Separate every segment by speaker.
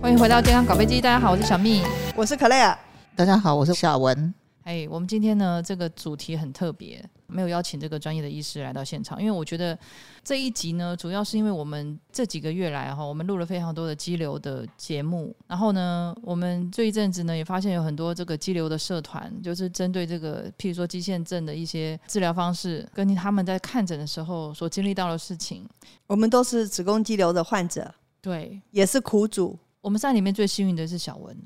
Speaker 1: 欢迎回到健康搞飞机，大家好，我是小蜜。
Speaker 2: 我是 Clare，
Speaker 3: 大家好，我是小文。
Speaker 1: 哎，我们今天呢这个主题很特别，没有邀请这个专业的医师来到现场，因为我觉得这一集呢，主要是因为我们这几个月来哈，我们录了非常多的肌瘤的节目，然后呢，我们这一阵子呢也发现有很多这个肌瘤的社团，就是针对这个譬如说肌腺症的一些治疗方式，跟他们在看诊的时候所经历到的事情。
Speaker 2: 我们都是子宫肌瘤的患者，
Speaker 1: 对
Speaker 2: 也是苦主。
Speaker 1: 我们在里面最幸运的是小文了，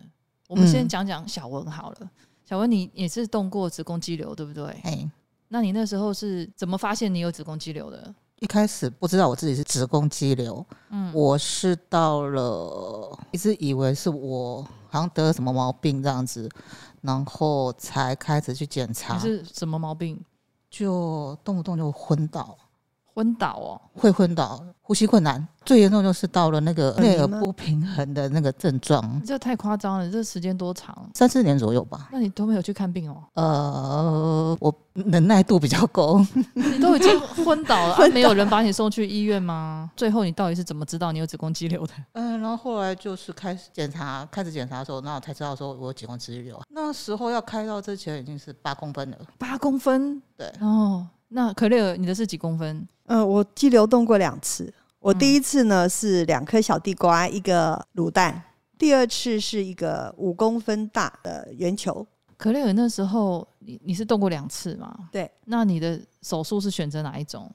Speaker 1: 我们先
Speaker 3: 嗯
Speaker 1: 讲讲小文好了。小文，你也是动过子宫肌瘤，对不对？
Speaker 3: 哎，
Speaker 1: 那你那时候是怎么发现你有子宫肌瘤的？
Speaker 3: 一开始不知道我自己是子宫肌瘤，
Speaker 1: 嗯
Speaker 3: 我是到了一直以为是我好像得了什么毛病这样子，然后才开始去检
Speaker 1: 你
Speaker 3: 查，
Speaker 1: 是什么毛病？
Speaker 3: 就动不动就昏倒，
Speaker 1: 昏倒哦，
Speaker 3: 会昏倒，呼吸困难，最严重就是到了那个
Speaker 2: 耳鸣
Speaker 3: 内耳
Speaker 2: 吗
Speaker 3: 不平衡的那个症状，
Speaker 1: 这太夸张了，这时间多长？
Speaker 3: 三四年左右吧。
Speaker 1: 那你都没有去看病哦，
Speaker 3: 呃，我能耐度比较够，
Speaker 1: 你都已经昏倒 了，啊、没有人把你送去医院吗？最后你到底是怎么知道你有子宫肌瘤的？
Speaker 3: 嗯，然后后来就是开始检查，开始检查的时候，那我才知道说我有子宫肌瘤。那时候要开刀之前已经是八公分了，
Speaker 1: 八公分，
Speaker 3: 对
Speaker 1: 哦。那可丽尔，你的是几公分？
Speaker 2: 嗯，我肌瘤动过两次。我第一次呢是两颗小地瓜，一个卤蛋；第二次是一个五公分大的圆球。
Speaker 1: 可丽尔那时候你你是动过两次吗？
Speaker 2: 对。
Speaker 1: 那你的手术是选择哪一种？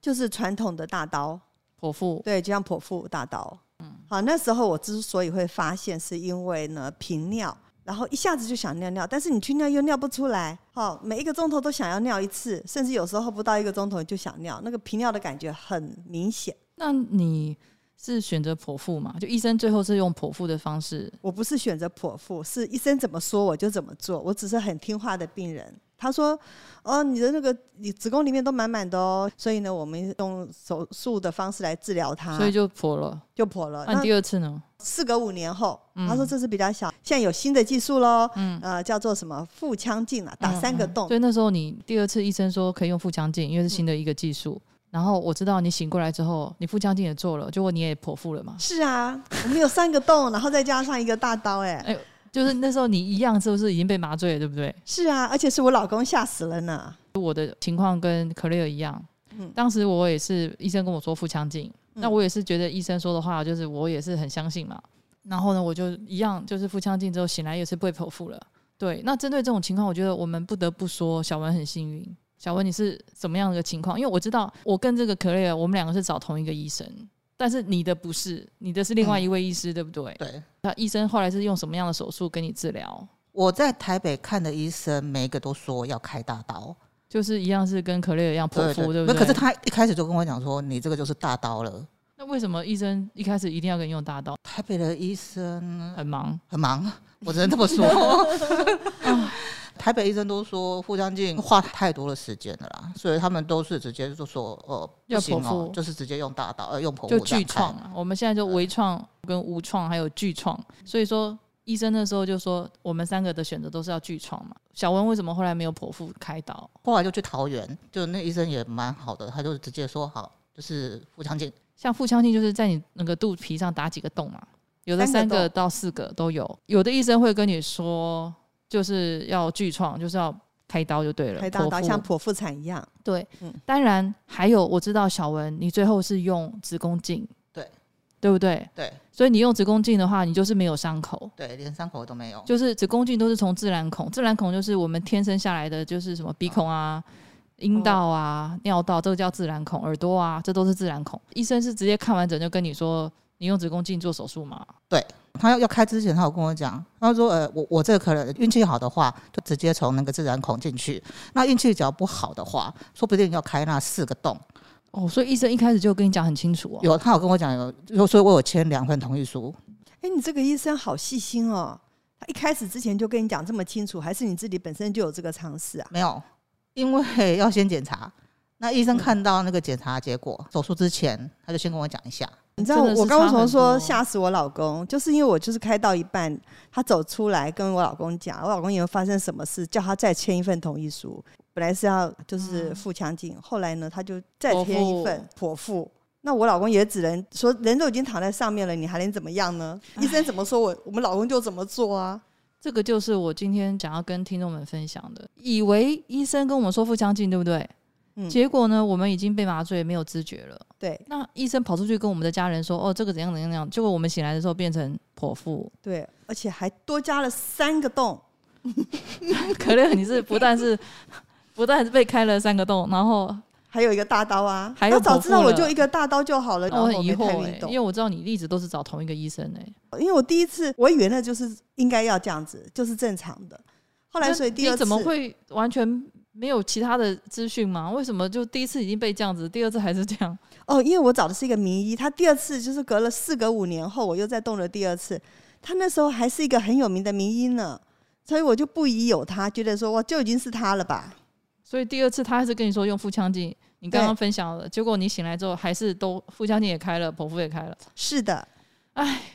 Speaker 2: 就是传统的大刀，
Speaker 1: 剖腹？
Speaker 2: 对，就像剖腹大刀。嗯，好，那时候我之所以会发现，是因为呢频尿，然后一下子就想尿尿，但是你去尿又尿不出来，好、每一个钟头都想要尿一次，甚至有时候不到一个钟头你就想尿，那个频尿的感觉很明显。
Speaker 1: 那你是选择剖腹嘛？就医生最后是用剖腹的方式
Speaker 2: 我不是选择剖腹，是医生怎么说我就怎么做，我只是很听话的病人。他说：“哦，你的那个你子宫里面都满满的哦，所以呢，我们用手术的方式来治疗它，
Speaker 1: 所以就破了。
Speaker 2: 就剖了。
Speaker 1: 那你
Speaker 2: 啊哦那
Speaker 1: 第二次呢？
Speaker 2: 事隔五年后，
Speaker 1: 嗯
Speaker 2: 他说这是比较小，现在有新的技术喽，呃，叫做什么腹腔镜
Speaker 1: 嗯
Speaker 2: 啊，打三个洞，
Speaker 1: 所以那时候你第二次医生说可以用腹腔镜，因为是新的一个技术。然后我知道你醒过来之后，你腹腔镜也做了，结果你也剖腹了嘛？
Speaker 2: 是啊，我们有三个洞，然后再加上一个大刀、哎，
Speaker 1: 哎，就是那时候你一样是不是已经被麻醉了，对不对？
Speaker 2: 是啊，而且是我老公吓死了呢，
Speaker 1: 我的情况跟可丽尔一样，
Speaker 2: 嗯
Speaker 1: 当时我也是医生跟我说腹腔镜，
Speaker 2: 嗯
Speaker 1: 那我也是觉得医生说的话，就是我也是很相信嘛。然后呢，我就一样，就是腹腔镜之后醒来也是被剖腹了。对，那针对这种情况，我觉得我们不得不说小文很幸运。小文，你是怎么样的一个情况？因为我知道我跟这个可丽尔，我们两个是找同一个医生，但是你的不是，你的是另外一位医师，对不对？
Speaker 3: 对。
Speaker 1: 那医生后来是用什么样的手术给你治疗？
Speaker 3: 我在台北看的医生，每一个都说要开大刀，
Speaker 1: 就是一样是跟可丽尔一样剖腹，对不
Speaker 3: 那
Speaker 1: 对？
Speaker 3: 可是他一开始就跟我讲说，你这个就是大刀了。
Speaker 1: 那为什么医生一开始一定要给你用大刀？
Speaker 3: 台北的医生
Speaker 1: 很忙，
Speaker 3: 很忙，我只能这 么说。啊台北医生都说腹腔镜花太多的时间了啦，所以他们都是直接就说，呃，
Speaker 1: 要
Speaker 3: 不行
Speaker 1: 剖
Speaker 3: 哦
Speaker 1: 腹，
Speaker 3: 就是直接用大刀，呃，用剖
Speaker 2: 哦
Speaker 3: 腹
Speaker 1: 就
Speaker 3: 这样
Speaker 1: 巨创
Speaker 3: 开。
Speaker 1: 啊。我们现在就微创、跟无创还有巨创，所以说医生那时候就说我们三个的选择都是要巨创嘛。小文为什么后来没有剖腹开刀？
Speaker 3: 后来就去桃园，就那医生也蛮好的，他就直接说好，就是腹腔镜。
Speaker 1: 像腹腔镜就是在你那个肚皮上打几个洞嘛，有的三
Speaker 2: 三个洞
Speaker 1: 个到四个都有。有的医生会跟你说就是要巨创，就是要开刀就对了，
Speaker 2: 开大
Speaker 1: 剖
Speaker 2: 刀
Speaker 1: 腹
Speaker 2: 像剖腹产一样，
Speaker 1: 对，
Speaker 2: 嗯
Speaker 1: 当然还有我知道小文，你最后是用子宫镜，
Speaker 3: 对，
Speaker 1: 对不对？
Speaker 3: 对
Speaker 1: 所以你用子宫镜的话，你就是没有伤口，
Speaker 3: 对，连伤口都没有。
Speaker 1: 就是子宫镜都是从自然孔，自然孔就是我们天生下来的，就是什么鼻孔啊、阴道啊、尿道，这个叫自然孔，耳朵啊，这都是自然孔。医生是直接看完诊就跟你说，你用子宫镜做手术嘛？
Speaker 3: 他要要开之前，他有跟我讲，他说呃，我我这个可能运气好的话，就直接从那个自然孔进去；那运气只要不好的话，说不定要开那四个洞。
Speaker 1: 哦，所以医生一开始就跟你讲很清楚哦。
Speaker 3: 有他有跟我讲有，有所以我有签两份同意书。
Speaker 2: 哎，你这个医生好细心哦，他一开始之前就跟你讲这么清楚，还是你自己本身就有这个常识啊？
Speaker 3: 没有，因为要先检查。那医生看到那个检查结果，手术之前他就先跟我讲一下。
Speaker 2: 你知道我
Speaker 1: 真的是
Speaker 2: 我刚刚为什
Speaker 1: 差
Speaker 2: 么
Speaker 1: 很多
Speaker 2: 说吓死我老公，就是因为我就是开到一半，他走出来跟我老公讲，我老公以为发生什么事，叫他再签一份同意书。本来是要就是腹腔镜，后来呢他就再
Speaker 1: 嗯剖腹
Speaker 2: 签一份剖腹，那我老公也只能说，人都已经躺在上面了，你还能怎么样呢？医生怎么说我，我们老公就怎么做啊？
Speaker 1: 这个就是我今天想要跟听众们分享的。以为医生跟我们说腹腔镜，对不对？
Speaker 2: 嗯
Speaker 1: 结果呢，我们已经被麻醉，没有知觉了。
Speaker 2: 对
Speaker 1: 那医生跑出去跟我们的家人说：“哦，这个怎样怎样怎样。”结果我们醒来的时候变成剖腹。
Speaker 2: 对，而且还多加了三个洞，
Speaker 1: 可乐，你是不但是 不但是被开了三个洞，然后
Speaker 2: 还有一个大刀啊。
Speaker 1: 还有
Speaker 2: 那早知道我
Speaker 1: 剖腹了
Speaker 2: 就一个大刀就好了，然
Speaker 1: 我
Speaker 2: 后
Speaker 1: 很疑
Speaker 2: 没
Speaker 1: 惑
Speaker 2: 太
Speaker 1: 哎、
Speaker 2: 运动
Speaker 1: 因为。我知道你一直都是找同一个医生哎、
Speaker 2: 因为我第一次我以为那就是应该要这样子，就是正常的。后来
Speaker 1: 那
Speaker 2: 所以第二
Speaker 1: 你
Speaker 2: 次
Speaker 1: 怎么会完全没有其他的资讯吗？为什么就第一次已经被这样子，第二次还是这样？
Speaker 2: 哦，因为我找的是一个名医，他第二次就是隔了四隔五年后，我又再动了第二次。他那时候还是一个很有名的名医呢，所以我就不疑有他，觉得说哇，就已经是他了吧？
Speaker 1: 所以第二次他还是跟你说用腹腔镜，你刚刚分享了，结果你醒来之后还是都腹腔镜也开了，剖腹也开了。
Speaker 2: 是的，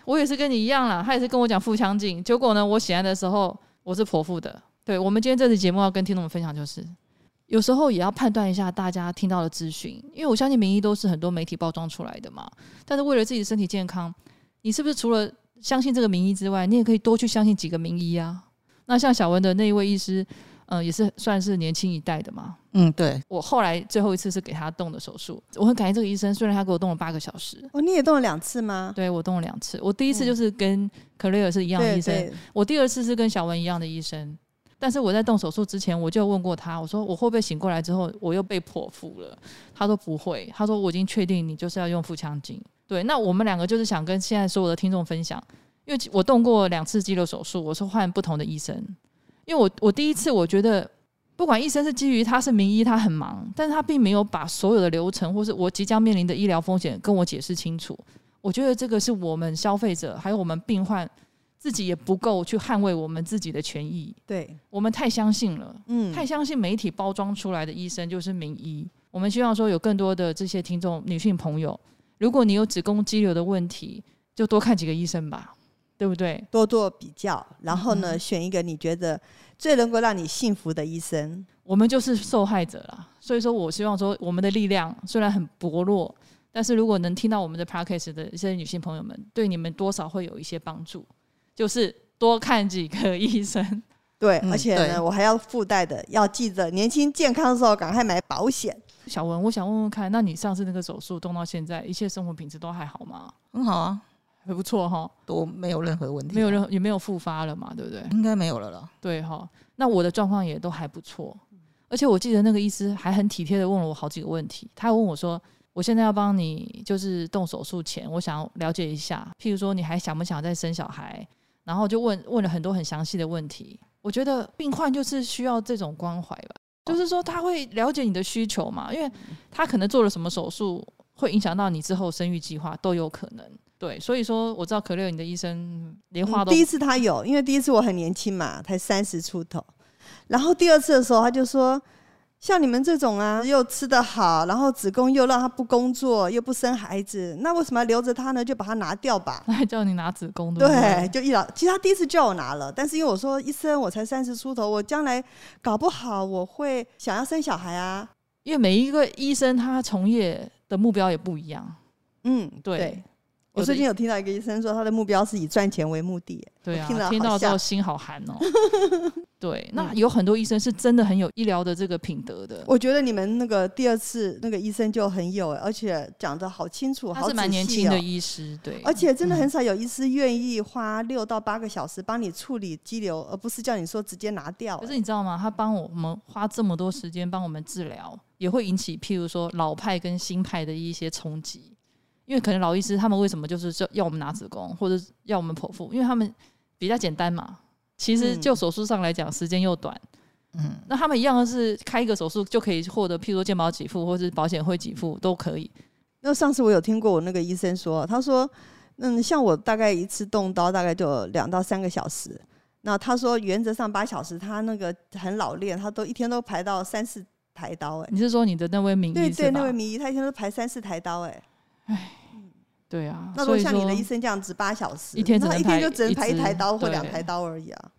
Speaker 1: 我也是跟你一样啦，他也是跟我讲腹腔镜，结果呢，我醒来的时候我是剖腹的。对我们今天这期节目要跟听众们分享就是。有时候也要判断一下大家听到的资讯，因为我相信名医都是很多媒体包装出来的嘛。但是为了自己的身体健康，你是不是除了相信这个名医之外，你也可以多去相信几个名医啊？那像小文的那一位医师，呃，也是算是年轻一代的嘛，
Speaker 3: 嗯，对，
Speaker 1: 我后来最后一次是给他动的手术，我很感谢这个医生，虽然他给我动了八个小时，
Speaker 2: 哦，你也动了两次吗？嗯
Speaker 1: 对我动了两次。我第一次就是跟克雷尔是一样的
Speaker 2: 对
Speaker 1: 医生，
Speaker 2: 对，
Speaker 1: 我第二次是跟小文一样的医生。但是我在动手术之前，我就问过他，我说我会不会醒过来之后我又被剖腹了？他说不会，他说我已经确定你就是要用腹腔镜。对，那我们两个就是想跟现在所有的听众分享，因为我动过两次肌肉手术，我是换不同的医生，因为我我第一次我觉得。不管医生是基于他是名医，他很忙，但是他并没有把所有的流程或是我即将面临的医疗风险跟我解释清楚。我觉得这个是我们消费者还有我们病患自己也不够去捍卫我们自己的权益，
Speaker 2: 对，
Speaker 1: 我们太相信了，
Speaker 2: 嗯，
Speaker 1: 太相信媒体包装出来的医生就是名医。我们希望说有更多的这些听众女性朋友，如果你有子宫肌瘤的问题，就多看几个医生吧，对不对？
Speaker 2: 多做比较，然后
Speaker 1: 嗯
Speaker 2: 呢，选一个你觉得最能够让你幸福的医生。
Speaker 1: 我们就是受害者啦，所以说我希望说我们的力量虽然很薄弱，但是如果能听到我们的 podcast 的一些女性朋友们，对你们多少会有一些帮助，就是多看几个医生。
Speaker 2: 对，
Speaker 3: 嗯
Speaker 2: 而且
Speaker 3: 对
Speaker 2: 呢，我还要附带的，要记得年轻健康的时候赶快买保险。
Speaker 1: 小文，我想问问看，那你上次那个手术动到现在，一切生活品质都还好吗？
Speaker 3: 很好啊，
Speaker 1: 还不错哈，
Speaker 3: 都没有任何问题，
Speaker 1: 没有任何也没有复发了嘛，对不对？
Speaker 3: 应该没有了了。
Speaker 1: 对哈，那我的状况也都还不错，而且我记得那个医师还很体贴的问了我好几个问题，他还问我说。我现在要帮你，就是动手术前，我想了解一下，譬如说你还想不想再生小孩，然后就问问了很多很详细的问题。我觉得病患就是需要这种关怀吧，就是说他会了解你的需求嘛，因为他可能做了什么手术，会影响到你之后生育计划都有可能。对，所以说我知道可乐你的医生连话
Speaker 2: 嗯
Speaker 1: 都
Speaker 2: 第一次他有，因为第一次我很年轻嘛，才三十出头。然后第二次的时候，他就说，像你们这种啊，又吃得好，然后子宫又让他不工作，又不生孩子，那为什么要留着他呢？就把它拿 掉吧。
Speaker 1: 他还叫你拿子宫，嗯对不
Speaker 2: 对，就一老，其实他第一次叫我拿了，但是因为我说医生，我才三十出头，我将来搞不好我会想要生小孩啊。
Speaker 1: 因为每一个医生他从业的目标也不一样，
Speaker 2: 嗯，
Speaker 1: 对有
Speaker 2: 我
Speaker 1: 的
Speaker 2: 最近有听到一个医生说，他的目标是以赚钱为目的。
Speaker 1: 对啊
Speaker 2: 我听，了
Speaker 1: 听到
Speaker 2: 好
Speaker 1: 到
Speaker 2: 像嗯
Speaker 1: 心好寒 哦。对，那有很多医生是真的很有医疗的这个品德的，
Speaker 2: 我觉得你们那个第二次那个医生就很有，而且讲的好清楚，
Speaker 1: 他
Speaker 2: 好
Speaker 1: 是
Speaker 2: 仔
Speaker 1: 蛮年
Speaker 2: 细
Speaker 1: 轻的
Speaker 2: 哦。
Speaker 1: 医嗯师，对，
Speaker 2: 而且真的很少有医师愿意花六到八个小时帮你处理肌瘤，而不是叫你说直接拿掉。
Speaker 1: 可是你知道吗？他帮我们花这么多时间帮我们治疗，也会引起譬如说老派跟新派的一些冲击。因为可能老医师他们为什么就是说要我们拿子宫或者要我们剖腹，因为他们比较简单嘛。其实
Speaker 2: 嗯
Speaker 1: 就手术上来讲，时间又短。
Speaker 3: 嗯，
Speaker 1: 那他们一样是开一个手术就可以获得，譬如说健保给付或是保险会给付都可以。
Speaker 2: 那上次我有听过我那个医生说，他说，嗯，像我大概一次动刀大概就两到三个小时。那他说原则上八小时，他那个很老练，他都一天都排到三四台刀、哎，
Speaker 1: 你是说你的那位名
Speaker 2: 对
Speaker 1: 医
Speaker 2: 对，
Speaker 1: 是吧？
Speaker 2: 那位名医他一天都排三四台刀、哎。
Speaker 1: 对啊，
Speaker 2: 那如
Speaker 1: 所
Speaker 2: 果
Speaker 1: 以
Speaker 2: 像你的
Speaker 1: 说
Speaker 2: 医生这样值八小时，
Speaker 1: 一天只
Speaker 2: 那
Speaker 1: 能
Speaker 2: 一天
Speaker 1: 排
Speaker 2: 就只能
Speaker 1: 一
Speaker 2: 排一
Speaker 1: 支
Speaker 2: 台刀或
Speaker 1: 对
Speaker 2: 两台刀而已啊。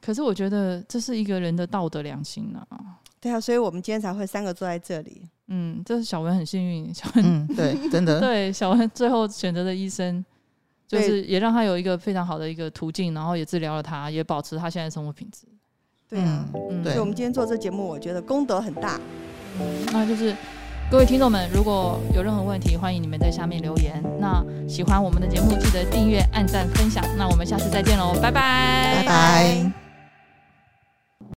Speaker 1: 可是我觉得这是一个人的道德良心呐、
Speaker 2: 啊对啊，所以我们今天才会三个坐在这里。
Speaker 1: 嗯，这是小文很幸运，小文、
Speaker 3: 嗯，对，真的，
Speaker 1: 对小文最后选择的医生，就
Speaker 2: 对
Speaker 1: 是也让他有一个非常好的一个途径，然后也治疗了他，也保持他现在的生活品质。
Speaker 2: 对啊。
Speaker 1: 嗯，
Speaker 3: 对
Speaker 2: 所以，我们今天做这节目，我觉得功德很大。
Speaker 1: 那就是各位听众们，如果有任何问题，欢迎你们在下面留言。那喜欢我们的节目，记得订阅、按赞、分享。那我们下次再见喽，拜拜
Speaker 3: 拜拜